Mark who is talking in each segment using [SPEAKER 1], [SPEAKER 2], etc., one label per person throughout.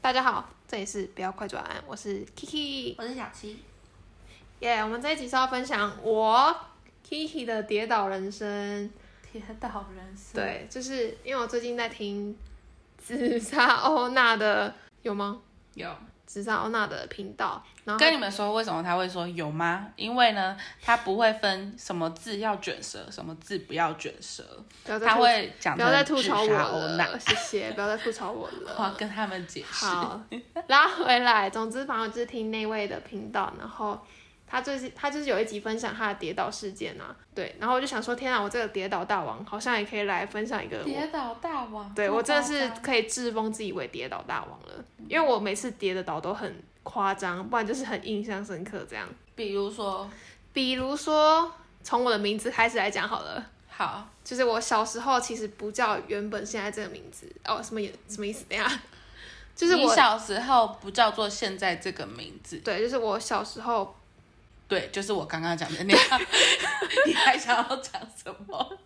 [SPEAKER 1] 大家好，这里是不要快转，我是 Kiki。
[SPEAKER 2] 我是小七，
[SPEAKER 1] 耶、我们这一集是要分享我 Kiki 的跌倒人生。
[SPEAKER 2] 铁道人生，
[SPEAKER 3] 嗯
[SPEAKER 1] 对，就是因为我最近在听紫砂欧娜的，有吗？
[SPEAKER 2] 有
[SPEAKER 1] 紫砂欧娜的频道，然后
[SPEAKER 3] 跟你们说，为什么他会说有吗？因为呢，他不会分什么字要卷舌，什么字不要卷舌，
[SPEAKER 1] 不要再
[SPEAKER 3] 他
[SPEAKER 1] 吐
[SPEAKER 3] 会讲
[SPEAKER 1] 不要再
[SPEAKER 3] 成
[SPEAKER 1] 吐槽我
[SPEAKER 3] 纸莎欧娜
[SPEAKER 1] 了，谢谢，不要再吐槽我
[SPEAKER 3] 我要
[SPEAKER 1] 了。
[SPEAKER 3] 跟他们解释。
[SPEAKER 1] 好，拉回来。总之，反正我就是听那位的频道，然后他最近他就是有一集分享他的跌倒事件啊，对，然后我就想说，天啊，我这个跌倒大王好像也可以来分享一个我
[SPEAKER 2] 跌倒大王，
[SPEAKER 1] 对
[SPEAKER 2] 这么
[SPEAKER 1] 我真的
[SPEAKER 2] 夸
[SPEAKER 1] 是
[SPEAKER 2] 张
[SPEAKER 1] 可以自封自己为跌倒大王了，因为我每次跌的倒都很夸张，不然就是很印象深刻这样。
[SPEAKER 2] 比如说，
[SPEAKER 1] 比如说，从我的名字开始来讲好了。
[SPEAKER 3] 好，
[SPEAKER 1] 就是我小时候其实不叫原本现在这个名字哦，什么也什么意思？等一下，就是
[SPEAKER 3] 你
[SPEAKER 1] 我
[SPEAKER 3] 小时候不叫做现在这个名字，
[SPEAKER 1] 对，就是我小时候
[SPEAKER 3] 对，就是我刚刚讲的 那样。你还想要讲什么？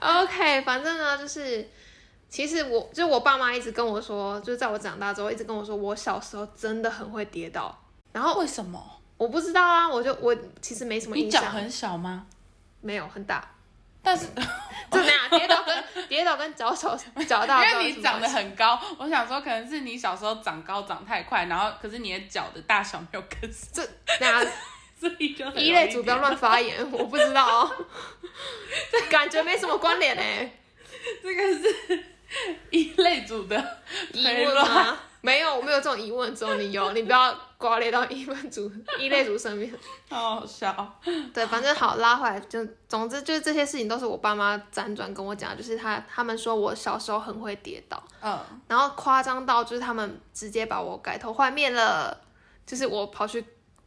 [SPEAKER 1] OK，反正呢，就是其实我就是我爸妈一直跟我说，就是在我长大之后一直跟我说，我小时候真的很会跌倒。然后
[SPEAKER 3] 为什么？
[SPEAKER 1] 我不知道啊，我就我其实没什么
[SPEAKER 3] 你
[SPEAKER 1] 印
[SPEAKER 3] 脚
[SPEAKER 1] 象，
[SPEAKER 3] 很小吗？
[SPEAKER 1] 没有很大，
[SPEAKER 3] 但是
[SPEAKER 1] 就那样跌倒跟跌倒跟脚小 脚大，
[SPEAKER 3] 因为你长得很高，我想说可能是你小时候长高长太快，然后可是你的脚的大小没有跟上，
[SPEAKER 1] 这那
[SPEAKER 3] 所以就很
[SPEAKER 1] 一
[SPEAKER 3] 容易
[SPEAKER 1] 类组不要
[SPEAKER 3] 跌
[SPEAKER 1] 乱发 言，我不知道、哦，感觉没什么关联哎、
[SPEAKER 3] 这个是 一类组的
[SPEAKER 1] 疑
[SPEAKER 3] 推
[SPEAKER 1] 问
[SPEAKER 3] 论
[SPEAKER 1] 吗？没有，我没有这种疑问，只有你有，你不要刮裂到疑问组、 一类组身边。
[SPEAKER 3] 好好笑。
[SPEAKER 1] 对，反正好拉回来，就总之就是这些事情都是我爸妈辗转跟我讲，就是他他们说我小时候很会跌倒，
[SPEAKER 3] 嗯，
[SPEAKER 1] 然后夸张到就是他们直接把我改头换面了，就是我跑去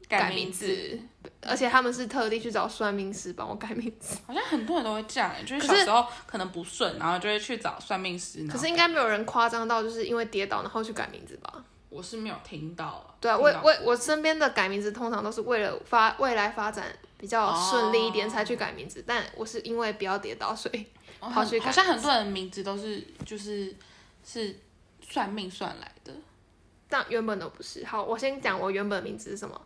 [SPEAKER 1] 改
[SPEAKER 3] 改名字，
[SPEAKER 1] 字，而且他们是特地去找算命师帮我改名字，
[SPEAKER 3] 好像很多人都会这样、欸，就是
[SPEAKER 1] 可
[SPEAKER 3] 小
[SPEAKER 1] 是
[SPEAKER 3] 时候可能不顺，然后就会去找算命师。
[SPEAKER 1] 可
[SPEAKER 3] 可
[SPEAKER 1] 是应该没有人夸张到就是因为跌倒然后去改名字吧？
[SPEAKER 3] 我是没有听到啊。
[SPEAKER 1] 对啊，
[SPEAKER 3] 听
[SPEAKER 1] 我
[SPEAKER 3] 到
[SPEAKER 1] 我我身边的改名字通常都是为了发未来发展比较顺利一点才去改名字，但我是因为不要跌倒，所以
[SPEAKER 3] 哦
[SPEAKER 1] 跑去
[SPEAKER 3] 很
[SPEAKER 1] 改
[SPEAKER 3] 好像很多人名字都是就是是算命算来的。
[SPEAKER 1] 但原本都不是。好，我先讲我原本名字是什么。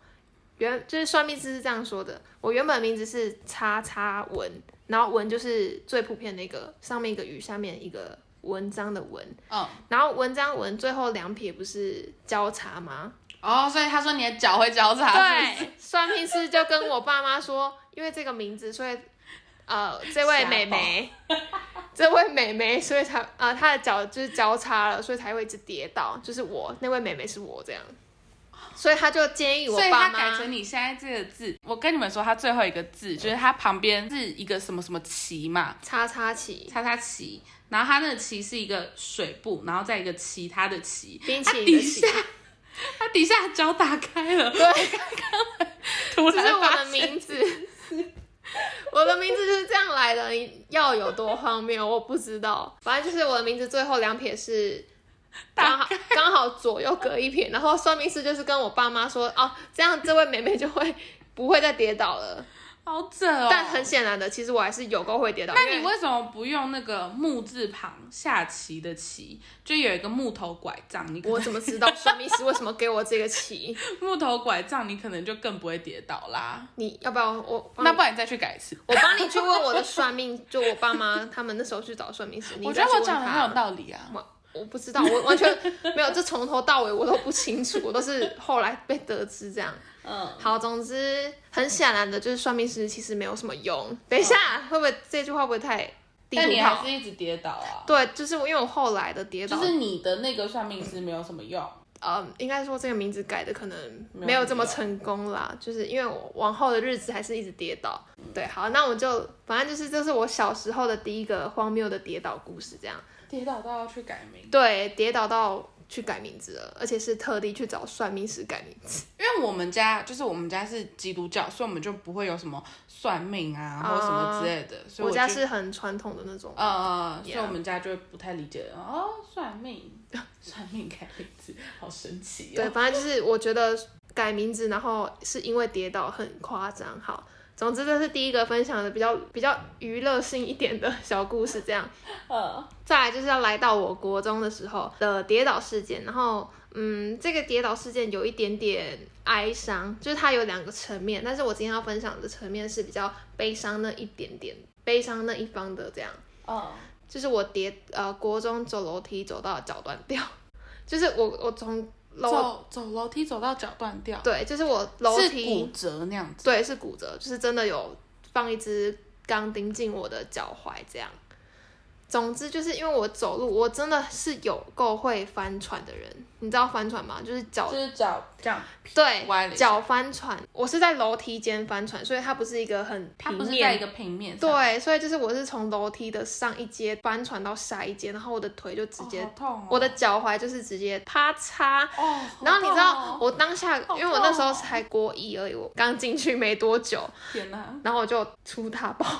[SPEAKER 1] 原就是算命师是这样说的，我原本名字是叉叉文，然后文就是最普遍的一个上面一个雨，下面一个文章的文，
[SPEAKER 3] 嗯，
[SPEAKER 1] 然后文章文最后两撇不是交叉吗？
[SPEAKER 3] 哦，所以他说你的脚会交叉，啊是不是
[SPEAKER 1] 对，算命师就跟我爸妈说，因为这个名字，所以 呃，这位美眉，这位美眉，所以才呃，她的脚就是交叉了，所以才会一直跌倒。就是我那位美眉是我这样，所以他就建议我
[SPEAKER 3] 所以
[SPEAKER 1] 爸
[SPEAKER 3] 他改
[SPEAKER 1] 妈。
[SPEAKER 3] 成你现在这个字，我跟你们说，他最后一个字就是他旁边是一个什么什么旗嘛，
[SPEAKER 1] 叉叉旗
[SPEAKER 3] 叉叉旗，然后它那个旗是一个水部，然后再一个其他的旗，
[SPEAKER 1] 冰淇淋的旗，
[SPEAKER 3] 它底下脚打开了，
[SPEAKER 1] 对，
[SPEAKER 3] 突
[SPEAKER 1] 这是
[SPEAKER 3] 然
[SPEAKER 1] 我
[SPEAKER 3] 发
[SPEAKER 1] 的
[SPEAKER 3] 现
[SPEAKER 1] 名字，我的名字就是这样来的。你要有多荒谬，我不知道。反正就是我的名字最后两撇是刚好刚好左右隔一撇，然后算命师就是跟我爸妈说，哦，这样这位妹妹就会不会再跌倒了。
[SPEAKER 3] 好扯哦。
[SPEAKER 1] 但很显然的，其实我还是有够会跌倒。
[SPEAKER 3] 那你
[SPEAKER 1] 因为
[SPEAKER 3] 为什么不用那个木字旁下棋的棋，就有一个木头拐杖？你可
[SPEAKER 1] 我怎么知道算命师为什么给我这个棋？
[SPEAKER 3] 木头拐杖，你可能就更不会跌倒啦。
[SPEAKER 1] 你要不要我？
[SPEAKER 3] 那不然你再去改一次。
[SPEAKER 1] 我 帮你去问我的算命，就我爸妈他们那时候去找算命师。你
[SPEAKER 3] 我
[SPEAKER 1] 再
[SPEAKER 3] 觉得
[SPEAKER 1] 去
[SPEAKER 3] 我
[SPEAKER 1] 问
[SPEAKER 3] 讲的
[SPEAKER 1] 他
[SPEAKER 3] 很有道理啊。
[SPEAKER 1] 我我不知道，我完全 没有，这从头到尾我都不清楚，我都是后来被得知这样。
[SPEAKER 3] 嗯，
[SPEAKER 1] 好，总之很显然的就是算命师其实没有什么用。等一下，会不会这句话会不会太地
[SPEAKER 3] 嗯但你
[SPEAKER 1] 图
[SPEAKER 3] 还
[SPEAKER 1] 炮
[SPEAKER 3] 是？一直跌倒啊。
[SPEAKER 1] 对，就是我因为我后来的跌倒，
[SPEAKER 3] 就是你的那个算命师没有什么用，
[SPEAKER 1] 呃，应该说这个名字改的可能
[SPEAKER 3] 没有
[SPEAKER 1] 没有这么
[SPEAKER 3] 必要
[SPEAKER 1] 成功啦，就是因为我往后的日子还是一直跌倒。对，好，那我就反正就是这是我小时候的第一个荒谬的跌倒故事，这样。
[SPEAKER 3] 跌倒到要去改名。
[SPEAKER 1] 对，跌倒到去改名字了，而且是特地去找算命师改名字。
[SPEAKER 3] 因为我们家就是我们家是基督教，所以我们就不会有什么算命啊或什么之类的，所以
[SPEAKER 1] 哦我
[SPEAKER 3] 就
[SPEAKER 1] 家是很传统的那种，
[SPEAKER 3] 呃，
[SPEAKER 1] Yeah
[SPEAKER 3] 所以我们家就不太理解哦，算命，算命改名字，好神奇
[SPEAKER 1] 对，
[SPEAKER 3] 哦。
[SPEAKER 1] 反正就是我觉得改名字，然后是因为跌倒很夸张。好，总之，这是第一个分享的比较比较娱乐性一点的小故事，这样。
[SPEAKER 2] 呃，
[SPEAKER 1] 再来就是要来到我国中的时候的跌倒事件，然后嗯，这个跌倒事件有一点点哀伤，就是它有两个层面，但是我今天要分享的层面是比较悲伤那一点点，悲伤那一方的这样，
[SPEAKER 2] 哦，
[SPEAKER 1] 就是我跌呃国中走楼梯走到脚断掉， 就是我我从楼
[SPEAKER 2] 走走楼梯走到脚断掉，
[SPEAKER 1] 对，就是我楼
[SPEAKER 3] 是
[SPEAKER 1] 梯
[SPEAKER 3] 骨折那样子。
[SPEAKER 1] 对，是骨折，就是真的有放一支钢钉进我的脚踝这样。总之就是因为我走路，我真的是有够会翻船的人，你知道翻船吗？就是脚
[SPEAKER 2] 就是脚
[SPEAKER 3] 这样
[SPEAKER 1] 对
[SPEAKER 3] 歪了一下
[SPEAKER 1] 脚翻船，我是在楼梯间翻船，所以它不是一个很
[SPEAKER 3] 它
[SPEAKER 1] 平
[SPEAKER 3] 不是在一
[SPEAKER 1] 面。
[SPEAKER 3] 个平面上，哦
[SPEAKER 1] 对，所以就是我是从楼梯的上一阶翻船到下一阶，然后我的腿就直
[SPEAKER 2] 哦
[SPEAKER 1] 接，
[SPEAKER 2] 好痛哦，
[SPEAKER 1] 我的脚踝就是直接啪嚓
[SPEAKER 2] 哦，好
[SPEAKER 1] 然后你知
[SPEAKER 2] 痛
[SPEAKER 1] 道
[SPEAKER 2] 哦，
[SPEAKER 1] 我当下，因
[SPEAKER 2] 好
[SPEAKER 1] 为我那时候
[SPEAKER 2] 痛哦
[SPEAKER 1] 才国一而已，我刚进去没多久，
[SPEAKER 2] 天哪，
[SPEAKER 1] 然后我就出大包。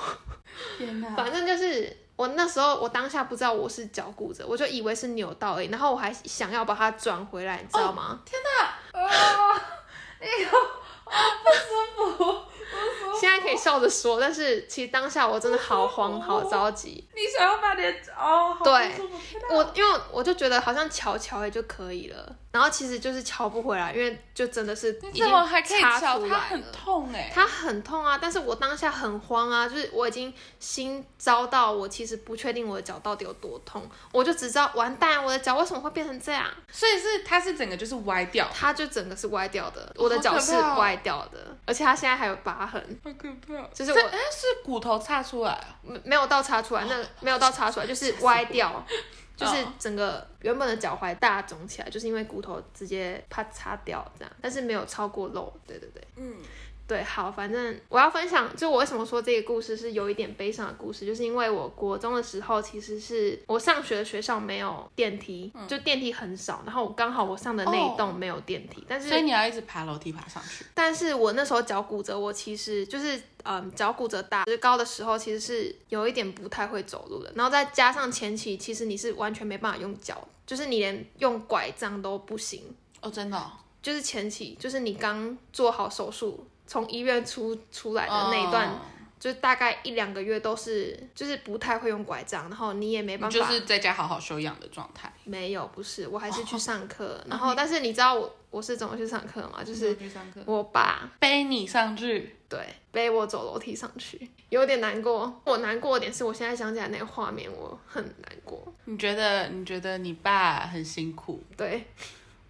[SPEAKER 2] 天哪，
[SPEAKER 1] 反正就是我那时候，我当下不知道我是脚骨折，我就以为是扭到而已，然后我还想要把它转回来，你知道吗？
[SPEAKER 2] 哦呃哎
[SPEAKER 1] 现在可以笑着说，但是其实当下我真的好慌，好着急。
[SPEAKER 2] 你想要把你的哦，好
[SPEAKER 1] 对
[SPEAKER 2] 不舒服，天哪
[SPEAKER 1] 我因为我就觉得好像瞧瞧也就可以了，然后其实就是瞧不回来，因为就真的是已
[SPEAKER 2] 你怎
[SPEAKER 1] 经
[SPEAKER 2] 么还可以
[SPEAKER 1] 插
[SPEAKER 2] 瞧？
[SPEAKER 1] 出
[SPEAKER 2] 它
[SPEAKER 1] 来
[SPEAKER 2] 很
[SPEAKER 1] 了
[SPEAKER 2] 痛
[SPEAKER 3] 欸
[SPEAKER 2] 哎、
[SPEAKER 1] 它很痛啊，但是我当下很慌啊，就是我已经心糟到我其实不确定我的脚到底有多痛，我就只知道完蛋，我的脚为什么会变成这样？
[SPEAKER 3] 所以是它是整个就是歪掉，
[SPEAKER 1] 它就整个是歪掉的，我的
[SPEAKER 2] 好
[SPEAKER 1] 脚
[SPEAKER 2] 可
[SPEAKER 1] 是
[SPEAKER 2] 怕哦
[SPEAKER 1] 歪掉的，而且它现在还有疤痕，
[SPEAKER 2] 好可怕！
[SPEAKER 1] 就是
[SPEAKER 3] 这
[SPEAKER 1] 我
[SPEAKER 3] 哎是骨头岔出来啊，
[SPEAKER 1] 没没有倒插出来，那没有倒插出来，就是歪掉，就是
[SPEAKER 3] 哦
[SPEAKER 1] 整个原本的脚踝大肿起来，就是因为骨头直接啪擦掉这样，但是没有超过肉，对对对。
[SPEAKER 2] 嗯，
[SPEAKER 1] 对，好，反正我要分享，就我为什么说这个故事是有一点悲伤的故事，就是因为我国中的时候，其实是我上学的学校没有电梯，
[SPEAKER 3] 嗯
[SPEAKER 1] 就电梯很少，然后我刚好我上的那一栋没有电梯，但
[SPEAKER 3] 哦所以
[SPEAKER 1] 是
[SPEAKER 3] 你要一直爬楼梯爬上去。
[SPEAKER 1] 但是我那时候脚骨折，我其实就是嗯脚骨折大，就是高的时候其实是有一点不太会走路的，然后再加上前期其实你是完全没办法用脚，就是你连用拐杖都不行，
[SPEAKER 3] 哦，真的、哦，
[SPEAKER 1] 就是前期，就是你刚做好手术，从医院出出
[SPEAKER 3] 嗯
[SPEAKER 1] 来的那一
[SPEAKER 3] 哦
[SPEAKER 1] 段，就是大概一两个月都是，就是不太会用拐杖，然后你也没
[SPEAKER 3] 你
[SPEAKER 1] 办法，
[SPEAKER 3] 就是哦在家好好休养的状态。
[SPEAKER 1] 没有，不是，我还是去上课，然后但是你知道我我是怎么去上课吗？就
[SPEAKER 2] 就是去上
[SPEAKER 3] 嗯
[SPEAKER 2] 课，
[SPEAKER 1] 我爸
[SPEAKER 3] 背你上去，
[SPEAKER 1] 对背我走楼梯上去，有点难过。我难过的点是我现在想起来那个画面，我很难过。
[SPEAKER 3] 你觉得你觉得你爸很辛苦，
[SPEAKER 1] 对，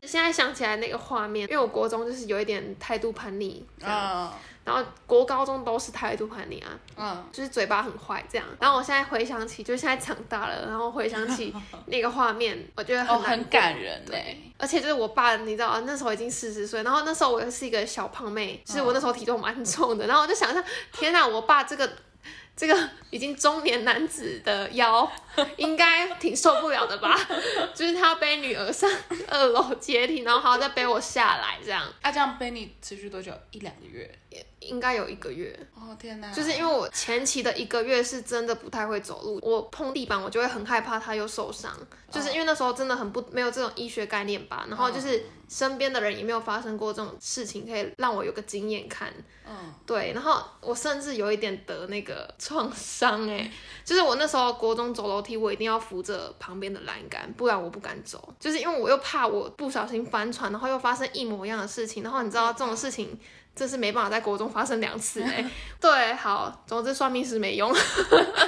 [SPEAKER 1] 现在想起来那个画面，因为我国中就是有一点态度叛逆，这样
[SPEAKER 3] 嗯
[SPEAKER 1] 然后国高中都是态度叛逆啊，
[SPEAKER 3] 嗯，
[SPEAKER 1] 就是嘴巴很坏这样。然后我现在回想起，就是现在长大了，然后回想 起那个画面，我觉得很、
[SPEAKER 3] 哦，很。感人哎，
[SPEAKER 1] 对，而且就是我爸，你知道，那时候已经四十岁，然后那时候我又是一个小胖妹，就是我那时候体重蛮重的，然后我就想象，天哪，我爸这个 这个已经中年男子的腰，应该挺受不了的吧？ 就是他背女儿上二楼阶梯，然后还要再背我下来，这样
[SPEAKER 3] 啊，这样背你持续多久？一两个月？
[SPEAKER 1] 应该有一个月。
[SPEAKER 3] 哦天哪，
[SPEAKER 1] 就是因为我前期的一个月是真的不太会走路，我碰地板我就会很害怕它又受伤，
[SPEAKER 3] 哦
[SPEAKER 1] 就是因为那时候真的很不没有这种医学概念吧，然后就是
[SPEAKER 3] 哦
[SPEAKER 1] 身边的人也没有发生过这种事情，可以让我有个经验看。
[SPEAKER 3] 嗯，
[SPEAKER 1] 对，然后我甚至有一点得那个创伤哎、 就是我那时候国中走楼梯，我一定要扶着旁边的栏杆，不然我不敢走，就是因为我又怕我不小心翻船，然后又发生一模一样的事情，然后你知道这种事情。真是没办法在国中发生两次哎、对，好，总之算命师没用，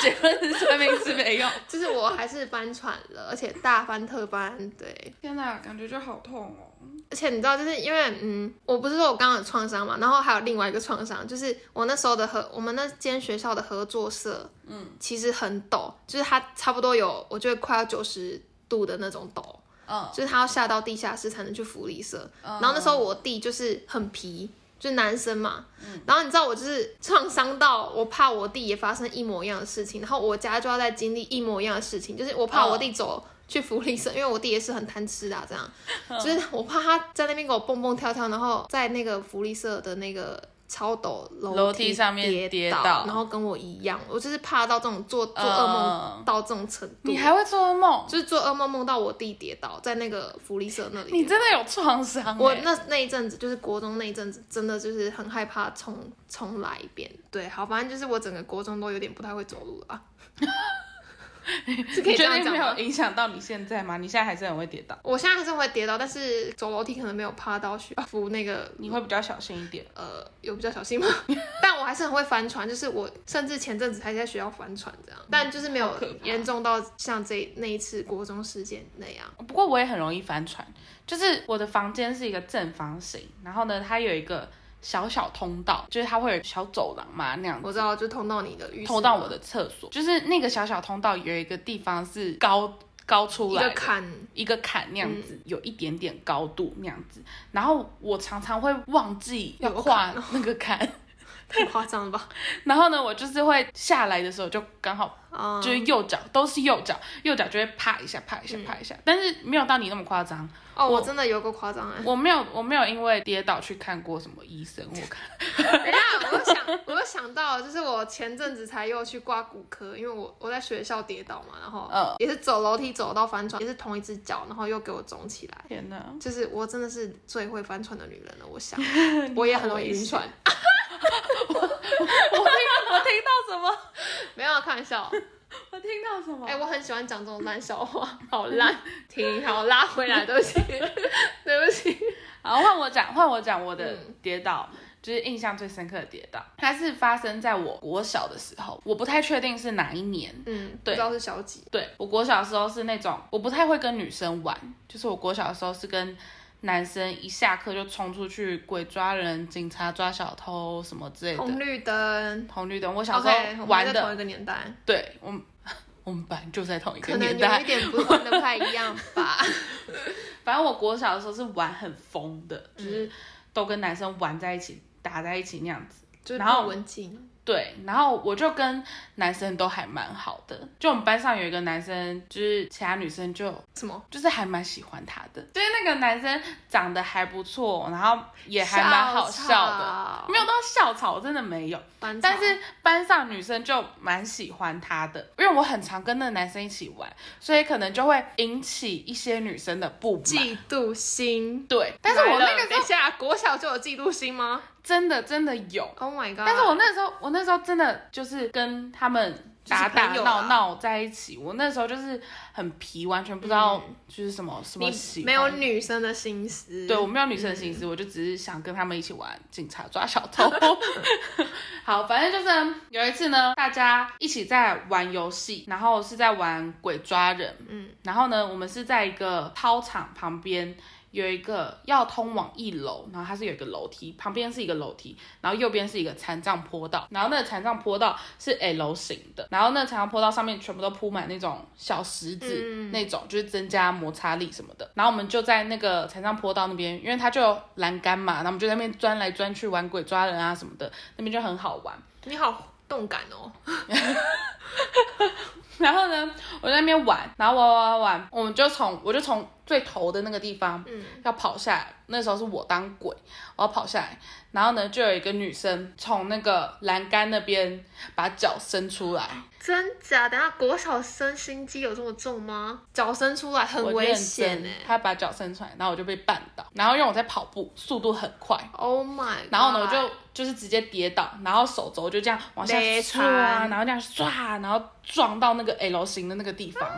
[SPEAKER 3] 结论是算命是没 用。
[SPEAKER 1] 就是我还是翻船了，而且大翻特翻，对，
[SPEAKER 2] 天哪，感觉就好痛哦。
[SPEAKER 1] 而且你知道，就是因为嗯，我不是说我刚刚有创伤嘛，然后还有另外一个创伤，就是我那时候的合，我们那间学校的合作社，嗯，其实很陡，就是它差不多有，我觉得快要九十度的那种陡，
[SPEAKER 3] 嗯，
[SPEAKER 1] 就是他要下到地下室才能去福利社。然后那时候我弟就是很皮，就是男生嘛。然后你知道我就是创伤到我怕我弟也发生一模一样的事情，然后我家就要再经历一模一样的事情，就是我怕我弟走。去福利社，因为我弟也是很贪吃的、啊，这样，就是我怕他在那边给我蹦蹦跳跳，然后在那个福利社的那个超陡楼
[SPEAKER 3] 楼梯上面
[SPEAKER 1] 跌
[SPEAKER 3] 跌
[SPEAKER 1] 倒，
[SPEAKER 3] 倒
[SPEAKER 1] 然后跟我一样，我就是怕到这种做做噩梦
[SPEAKER 3] 嗯哦
[SPEAKER 1] 到这种程度，
[SPEAKER 3] 你还会做噩梦？
[SPEAKER 1] 就是做噩梦梦到我弟跌倒在那个福利社那里。
[SPEAKER 3] 你真的有创伤、欸？
[SPEAKER 1] 我那那一阵子就是国中那一阵子，真的就是很害怕重重来一遍。对，好，反正就是我整个国中都有点不太会走路了 吧，是可以这
[SPEAKER 3] 你觉
[SPEAKER 1] 样
[SPEAKER 3] 得
[SPEAKER 1] 讲
[SPEAKER 3] 没
[SPEAKER 1] 吗
[SPEAKER 3] 有？影响到你现在吗？你现在还是很会跌倒，
[SPEAKER 1] 我现在还是会跌倒，但是走楼梯可能没有趴到去扶那个
[SPEAKER 3] 你会比较小心一点。
[SPEAKER 1] 呃，有比较小心吗？ 但我还是很会翻船，就是我甚至前阵子还在学校翻船这样，但就是没有
[SPEAKER 3] 嗯好可怕
[SPEAKER 1] 严重到像这那一次国中事件那样。
[SPEAKER 3] 不过我也很容易翻船，就是我的房间是一个正方形，然后呢，它有一个小小通道，就是它会有小走廊嘛那样子
[SPEAKER 1] 我知道，就通到你的浴室，
[SPEAKER 3] 通到我的厕所，就是那个小小通道有一个地方是高高出
[SPEAKER 1] 一
[SPEAKER 3] 来
[SPEAKER 1] 个
[SPEAKER 3] 的
[SPEAKER 1] 坎，
[SPEAKER 3] 一个嗯坎那样子，有一点点高度那样子。然后我常常会忘记要
[SPEAKER 1] 有
[SPEAKER 3] 跨
[SPEAKER 1] 坎
[SPEAKER 3] 那个坎，
[SPEAKER 1] 太夸张了吧？
[SPEAKER 3] 然后呢，我就是会下来的时候就刚好
[SPEAKER 1] 啊、
[SPEAKER 3] 就是右脚、都是右脚，右脚就会啪一下啪一下啪一下，但是没有到你那么夸张。
[SPEAKER 1] 哦，我真的有够夸张 哎！
[SPEAKER 3] 我没有我没有因为跌倒去看过什么医生，我看
[SPEAKER 1] 等一下，我又想，我又想到，就是我前阵子才又去挂骨科，因为我我在学校跌倒嘛，然后
[SPEAKER 3] 嗯
[SPEAKER 1] 也是走楼梯走到翻船，也是同一只脚，然后又给我肿起来。
[SPEAKER 3] 天哪，
[SPEAKER 1] 就是我真的是最会翻船的女人了，我 想，我也很容易晕船。
[SPEAKER 3] 我听我听到什么？
[SPEAKER 1] 没有啊开玩笑，
[SPEAKER 3] 我听到什么？
[SPEAKER 1] 哎、我很喜欢讲这种烂笑话，好 烂，停，好拉回来，对不起，对不起。
[SPEAKER 3] 好，换我讲，换我讲我的
[SPEAKER 1] 嗯
[SPEAKER 3] 跌倒，就是印象最深刻的跌倒，它是发生在我国小的时候，我不太确定是哪一年。
[SPEAKER 1] 嗯，不
[SPEAKER 3] 对
[SPEAKER 1] 知道是小几，
[SPEAKER 3] 对我国小的时候是那种我不太会跟女生玩，就是我国小的时候是跟男生一下课就冲出去鬼抓人、警察抓小偷什么之类的。
[SPEAKER 1] 红绿灯。
[SPEAKER 3] 红绿灯，我小时
[SPEAKER 1] OK，我
[SPEAKER 3] 候
[SPEAKER 1] 们
[SPEAKER 3] 玩
[SPEAKER 1] 在
[SPEAKER 3] 的
[SPEAKER 1] 同一个年代，
[SPEAKER 3] 对我们， 我们本来就在同一个
[SPEAKER 1] 可能有
[SPEAKER 3] 年
[SPEAKER 1] 一
[SPEAKER 3] 代。
[SPEAKER 1] 点不玩的不太一样 吧。
[SPEAKER 3] 反正我国小的时候是玩很疯的，就是都跟男生玩在一起、打在一起那样子。
[SPEAKER 1] 就是
[SPEAKER 3] 然后
[SPEAKER 1] 不文静，
[SPEAKER 3] 对，然后我就跟男生都还蛮好的，就我们班上有一个男生，就是其他女生就
[SPEAKER 1] 什么
[SPEAKER 3] 就是还蛮喜欢他的，就是那个男生长得还不错，然后也还蛮好笑的，
[SPEAKER 1] 的，
[SPEAKER 3] 没有到校草，真的没有。
[SPEAKER 1] 班草
[SPEAKER 3] 但是班上女生就蛮喜欢他的，因为我很常跟那个男生一起玩，所以可能就会引起一些女生的不满。
[SPEAKER 1] 嫉妒心。
[SPEAKER 3] 对，但是我那
[SPEAKER 1] 来
[SPEAKER 3] 个
[SPEAKER 1] 了
[SPEAKER 3] 时
[SPEAKER 1] 等一
[SPEAKER 3] 候
[SPEAKER 1] 下，国小就有嫉妒心吗
[SPEAKER 3] 真的真的有，
[SPEAKER 1] ？Oh my god！
[SPEAKER 3] 但是我那时候我那时候真的就是跟他们打打
[SPEAKER 1] 就是朋友啊
[SPEAKER 3] 闹闹在一起，我那时候就是很皮，完全不知道就是什么、什么
[SPEAKER 1] 嗯
[SPEAKER 3] 喜
[SPEAKER 1] 你
[SPEAKER 3] 欢
[SPEAKER 1] 没有。女生的心思，
[SPEAKER 3] 对，我没有女生的心思，我就只是想跟他们一起玩警察抓小偷。 好，反正就是呢有一次呢，大家一起在玩游戏，然后是在玩鬼抓人，
[SPEAKER 1] 嗯，
[SPEAKER 3] 然后呢，我们是在一个操场旁边有一个要通往一楼，然后它是有一个楼梯，旁边是一个楼梯，然后右边是一个残障坡道，然后那个残障坡道是 L 型的，然后那个残障坡道上面全部都铺满那种小石子，
[SPEAKER 1] 嗯
[SPEAKER 3] 那种就是增加摩擦力什么的。然后我们就在那个残障坡道那边，因为它就有栏杆嘛，然后我们就在那边钻来钻去玩鬼抓人啊什么的，那边就很好玩。
[SPEAKER 1] 你好动感哦。
[SPEAKER 3] 然后呢，我在那边玩，然后玩玩玩玩，我们就从我就从最头的那个地方，
[SPEAKER 1] 嗯，
[SPEAKER 3] 要跑下来。那时候是我当鬼，我要跑下来，然后呢，就有一个女生从那个栏杆那边把脚伸出来，
[SPEAKER 1] 真假？等一下国小生心机有这么重吗？脚伸出来很
[SPEAKER 3] 我
[SPEAKER 1] 危
[SPEAKER 3] 认
[SPEAKER 1] 险
[SPEAKER 3] 真
[SPEAKER 1] 哎、
[SPEAKER 3] 她把脚伸出来，然后我就被绊倒，然后因为我在跑步，速度很快。
[SPEAKER 1] Oh my！
[SPEAKER 3] 然后呢，我
[SPEAKER 1] god
[SPEAKER 3] 就就是直接跌倒，然后手肘就这样往下
[SPEAKER 1] 勒
[SPEAKER 3] 刷，
[SPEAKER 1] 惨
[SPEAKER 3] 然后这样刷，然后撞到那个 L 型的那个地方。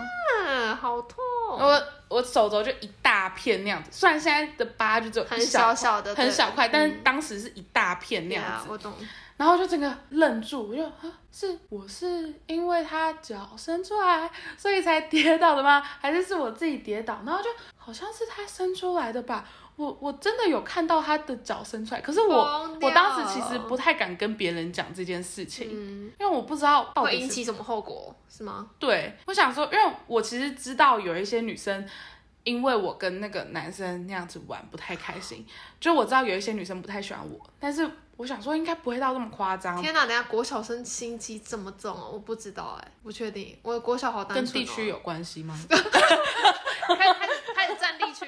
[SPEAKER 1] 嗯，好痛，
[SPEAKER 3] 我我手肘就一大片那样子，虽然现在的疤就只有
[SPEAKER 1] 很
[SPEAKER 3] 一
[SPEAKER 1] 小
[SPEAKER 3] 小
[SPEAKER 1] 小的，
[SPEAKER 3] 很
[SPEAKER 1] 对嗯啊
[SPEAKER 3] 小块，但是当时是一大片那样
[SPEAKER 1] Yeah，
[SPEAKER 3] 子，
[SPEAKER 1] 我懂。
[SPEAKER 3] 然后就整个愣住，我就啊，是我是因为他脚伸出来，所以才跌倒的吗？ 还是是我自己跌倒？然后就好像是他伸出来的吧。我我真的有看到他的脚伸出来，可是我
[SPEAKER 1] 疯掉
[SPEAKER 3] 我当时其实不太敢跟别人讲这件事情，
[SPEAKER 1] 嗯，
[SPEAKER 3] 因为我不知道到
[SPEAKER 1] 会
[SPEAKER 3] 底
[SPEAKER 1] 引
[SPEAKER 3] 是
[SPEAKER 1] 起什么后果是吗？
[SPEAKER 3] 对，我想说，因为我其实知道有一些女生，因为我跟那个男生那样子玩不太开心，就我知道有一些女生不太喜欢我，但是我想说应该不会到这么夸张，
[SPEAKER 1] 天哪，等一下国小生心机这么重哦，我不知道哎、不确定。我的国小好单
[SPEAKER 3] 跟
[SPEAKER 1] 纯、哦，
[SPEAKER 3] 地区有关系吗？
[SPEAKER 1] 开始开始开始占地区，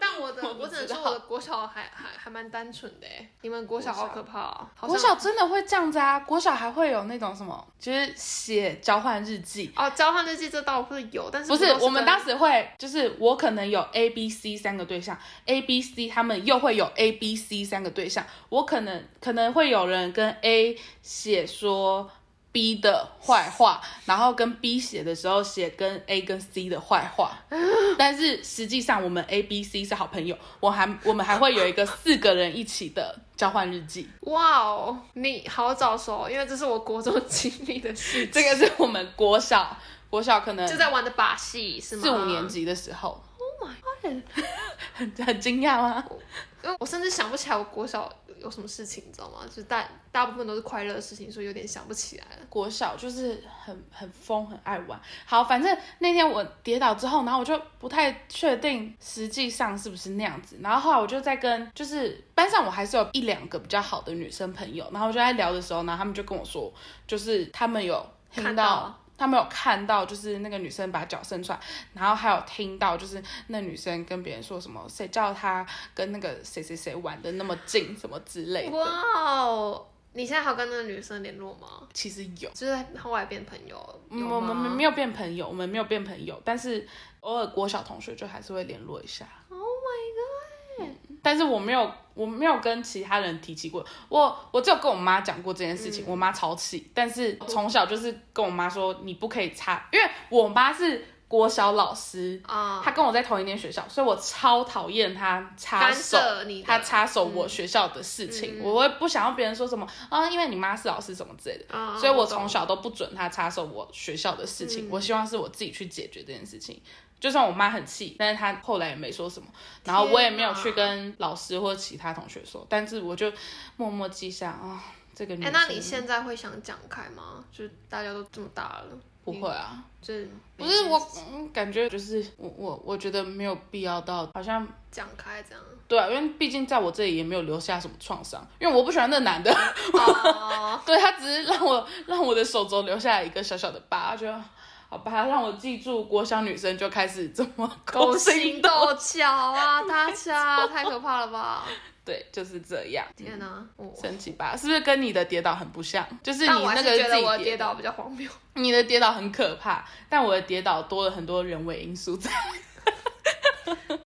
[SPEAKER 1] 但我的，
[SPEAKER 3] 我不
[SPEAKER 1] 我只能
[SPEAKER 3] 知
[SPEAKER 1] 说我
[SPEAKER 3] 道
[SPEAKER 1] 的国小还还还蛮单纯的哎，你们国小好可怕哦，好
[SPEAKER 3] 国
[SPEAKER 1] 像
[SPEAKER 3] 小真的会这样子啊，国小还会有那种什么，就是写交换日记。
[SPEAKER 1] 哦，交换日记这倒是有，但是
[SPEAKER 3] 不是，我们当
[SPEAKER 1] 时
[SPEAKER 3] 时会，就是我可能有 A、B、C 三个对象，A、B、C 他们又会有 A、B、C 三个对象，我可能可能会有人跟 A 写说 B 的坏话，然后跟 B 写的时候写跟 A 跟 C 的坏话， 但是实际上我们 A、B、C 是好朋友，我还我们还会有一个四个人一起的交换日记。
[SPEAKER 1] 哇哦，你好早熟，因为这是我国中经历的事情，
[SPEAKER 3] 这个是我们国小，国小可 能
[SPEAKER 1] 就在玩的把戏是吗？
[SPEAKER 3] 四五年，级的时候。Oh
[SPEAKER 1] my
[SPEAKER 3] god！很很惊讶吗？
[SPEAKER 1] 因为我甚至想不起来我国小有什么事情，你知道吗？就是大大部分都是快乐的事情，所以有点想不起来了。
[SPEAKER 3] 国小就是很很疯，很爱玩。好，反正那天我跌倒之后，然后我就不太确定实际上是不是那样子。然后后来我就在跟就是班上我还是有一两个比较好的女生朋友，然后我就在聊的时候，然后他们就跟我说，就是他们有听
[SPEAKER 1] 看
[SPEAKER 3] 到
[SPEAKER 1] 到。
[SPEAKER 3] 他们有看到，就是那个女生把脚伸出来，然后还有听到，就是那女生跟别人说什么，谁叫她跟那个谁谁谁玩的那么近，什么之类
[SPEAKER 1] 哇
[SPEAKER 3] 的。
[SPEAKER 1] 哦，你现在还有跟那个女生联络吗？
[SPEAKER 3] 其实有，
[SPEAKER 1] 就是后来变朋友，有
[SPEAKER 3] 嗯，我们没
[SPEAKER 1] 有。
[SPEAKER 3] 有变朋友，我们没有变朋友，但是偶尔国小同学就还是会联络一下。嗯
[SPEAKER 1] Oh my
[SPEAKER 3] 但是我没有，我没有跟其他人提起过，我我只有跟我妈讲过这件事情，我妈超气，但是从小就是跟我妈说你不可以插，因为我妈是国小老师，
[SPEAKER 1] god！啊、
[SPEAKER 3] 她跟我在同一间学校，所以我超讨厌她插
[SPEAKER 1] 干
[SPEAKER 3] 手。
[SPEAKER 1] 涉你的嗯
[SPEAKER 3] 她插手我学校的事情，我会不想要别人说什么啊，因为你妈是老师什么之类的，
[SPEAKER 1] 啊嗯
[SPEAKER 3] 所以我
[SPEAKER 1] 懂
[SPEAKER 3] 从小都不准他插手我学校的事情，我希望是我自己去解决这件事情。就算我妈很气，但是她后来也没说什么，然后我也没有去跟老师或其他同学说，但是我就默默记下啊、这个女
[SPEAKER 1] 哎、
[SPEAKER 3] 生。
[SPEAKER 1] 那你现在会想讲开吗？就是大家都这么大了，
[SPEAKER 3] 不会啊？
[SPEAKER 1] 就是
[SPEAKER 3] 不是我，嗯感觉就是我我我觉得没有必要到好像
[SPEAKER 1] 讲开 这样。
[SPEAKER 3] 对啊，因为毕竟在我这里也没有留下什么创伤，因为我不喜欢那男的，
[SPEAKER 1] 哦，
[SPEAKER 3] 对他只是让我让我的手肘留下一个小小的疤，就好吧，让我记住国小女生就开始这么
[SPEAKER 1] 勾
[SPEAKER 3] 心
[SPEAKER 1] 心斗角啊，大家太可怕了 吧！
[SPEAKER 3] 对，就是这样，
[SPEAKER 1] 天哪、我
[SPEAKER 3] 神奇吧？是不是跟你的跌倒很不像？就是你
[SPEAKER 1] 但我
[SPEAKER 3] 那
[SPEAKER 1] 还
[SPEAKER 3] 个
[SPEAKER 1] 是觉
[SPEAKER 3] 自
[SPEAKER 1] 得我
[SPEAKER 3] 己
[SPEAKER 1] 的跌，倒比较荒谬。
[SPEAKER 3] 你的跌倒很可怕，但我的跌倒多了很多人为因素在。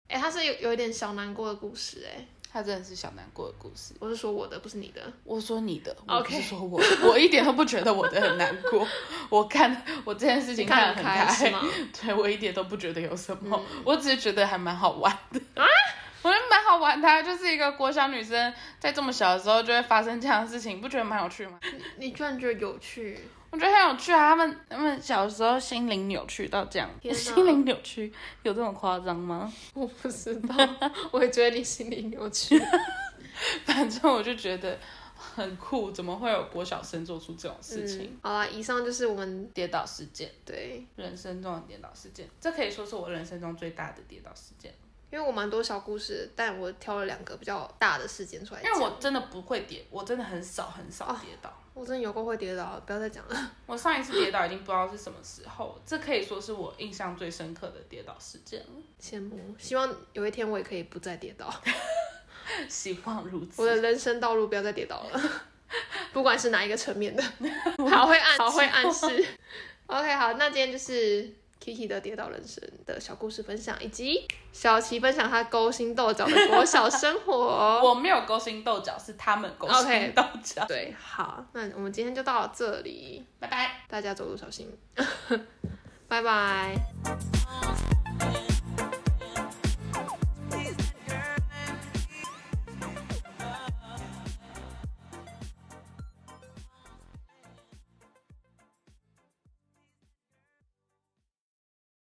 [SPEAKER 1] 哎、它是有有一点小难过的故事哎、
[SPEAKER 3] 它真的是小难过的故事。
[SPEAKER 1] 我是说我的，不是你的。
[SPEAKER 3] 我说你的我不是
[SPEAKER 1] OK
[SPEAKER 3] 说我的，我一点都不觉得我的很难过。 我看我这件事情
[SPEAKER 1] 看
[SPEAKER 3] 看得
[SPEAKER 1] 得
[SPEAKER 3] 很
[SPEAKER 1] 开是吗？
[SPEAKER 3] 对我一点都不觉得有什么，
[SPEAKER 1] 嗯
[SPEAKER 3] 我只是觉得还蛮好玩的啊， 我觉得蛮好玩的啊、就是一个国小女生在这么小的时候就会发生这样的事情，不觉得蛮有趣吗？
[SPEAKER 1] 你居然觉得有趣，
[SPEAKER 3] 我觉得很有趣啊，他们他们小时候心灵扭曲到这样，
[SPEAKER 1] 天哪
[SPEAKER 3] 心灵扭曲有这么夸张吗？
[SPEAKER 1] 我不知道， 我也觉得你心里扭曲。
[SPEAKER 3] 反正我就觉得很酷，怎么会有国小生做出这种事情？
[SPEAKER 1] 嗯，好啦，以上就是我们
[SPEAKER 3] 跌倒事件，
[SPEAKER 1] 对，
[SPEAKER 3] 人生中的跌倒事件，这可以说是我人生中最大的跌倒事件，
[SPEAKER 1] 因为我蛮多小故事，但我挑了两个比较大的事件出来
[SPEAKER 3] 因
[SPEAKER 1] 讲。哦
[SPEAKER 3] 为我真的不会跌，我真的很少很少跌倒。
[SPEAKER 1] 我真的有够会跌倒，不要再讲了。
[SPEAKER 3] 我上一次跌倒已经不知道是什么时候，这可以说是我印象最深刻的跌倒事件了。
[SPEAKER 1] 羡慕，希望有一天我也可以不再跌倒，
[SPEAKER 3] 希望如
[SPEAKER 1] 我
[SPEAKER 3] 此。
[SPEAKER 1] 的人生道路不要再跌倒了， 不管是哪一个层 面的，好会暗好会暗示。OK，好，那今天就是 Kiki 的跌倒人生的小故事分享，以及小琪分享她勾心斗角的国小生活。
[SPEAKER 3] 我没有勾心斗角，是他们勾心斗角。
[SPEAKER 1] 对，好，那我们今天就到这里，
[SPEAKER 3] 拜拜。
[SPEAKER 1] 大家走路小心，拜拜。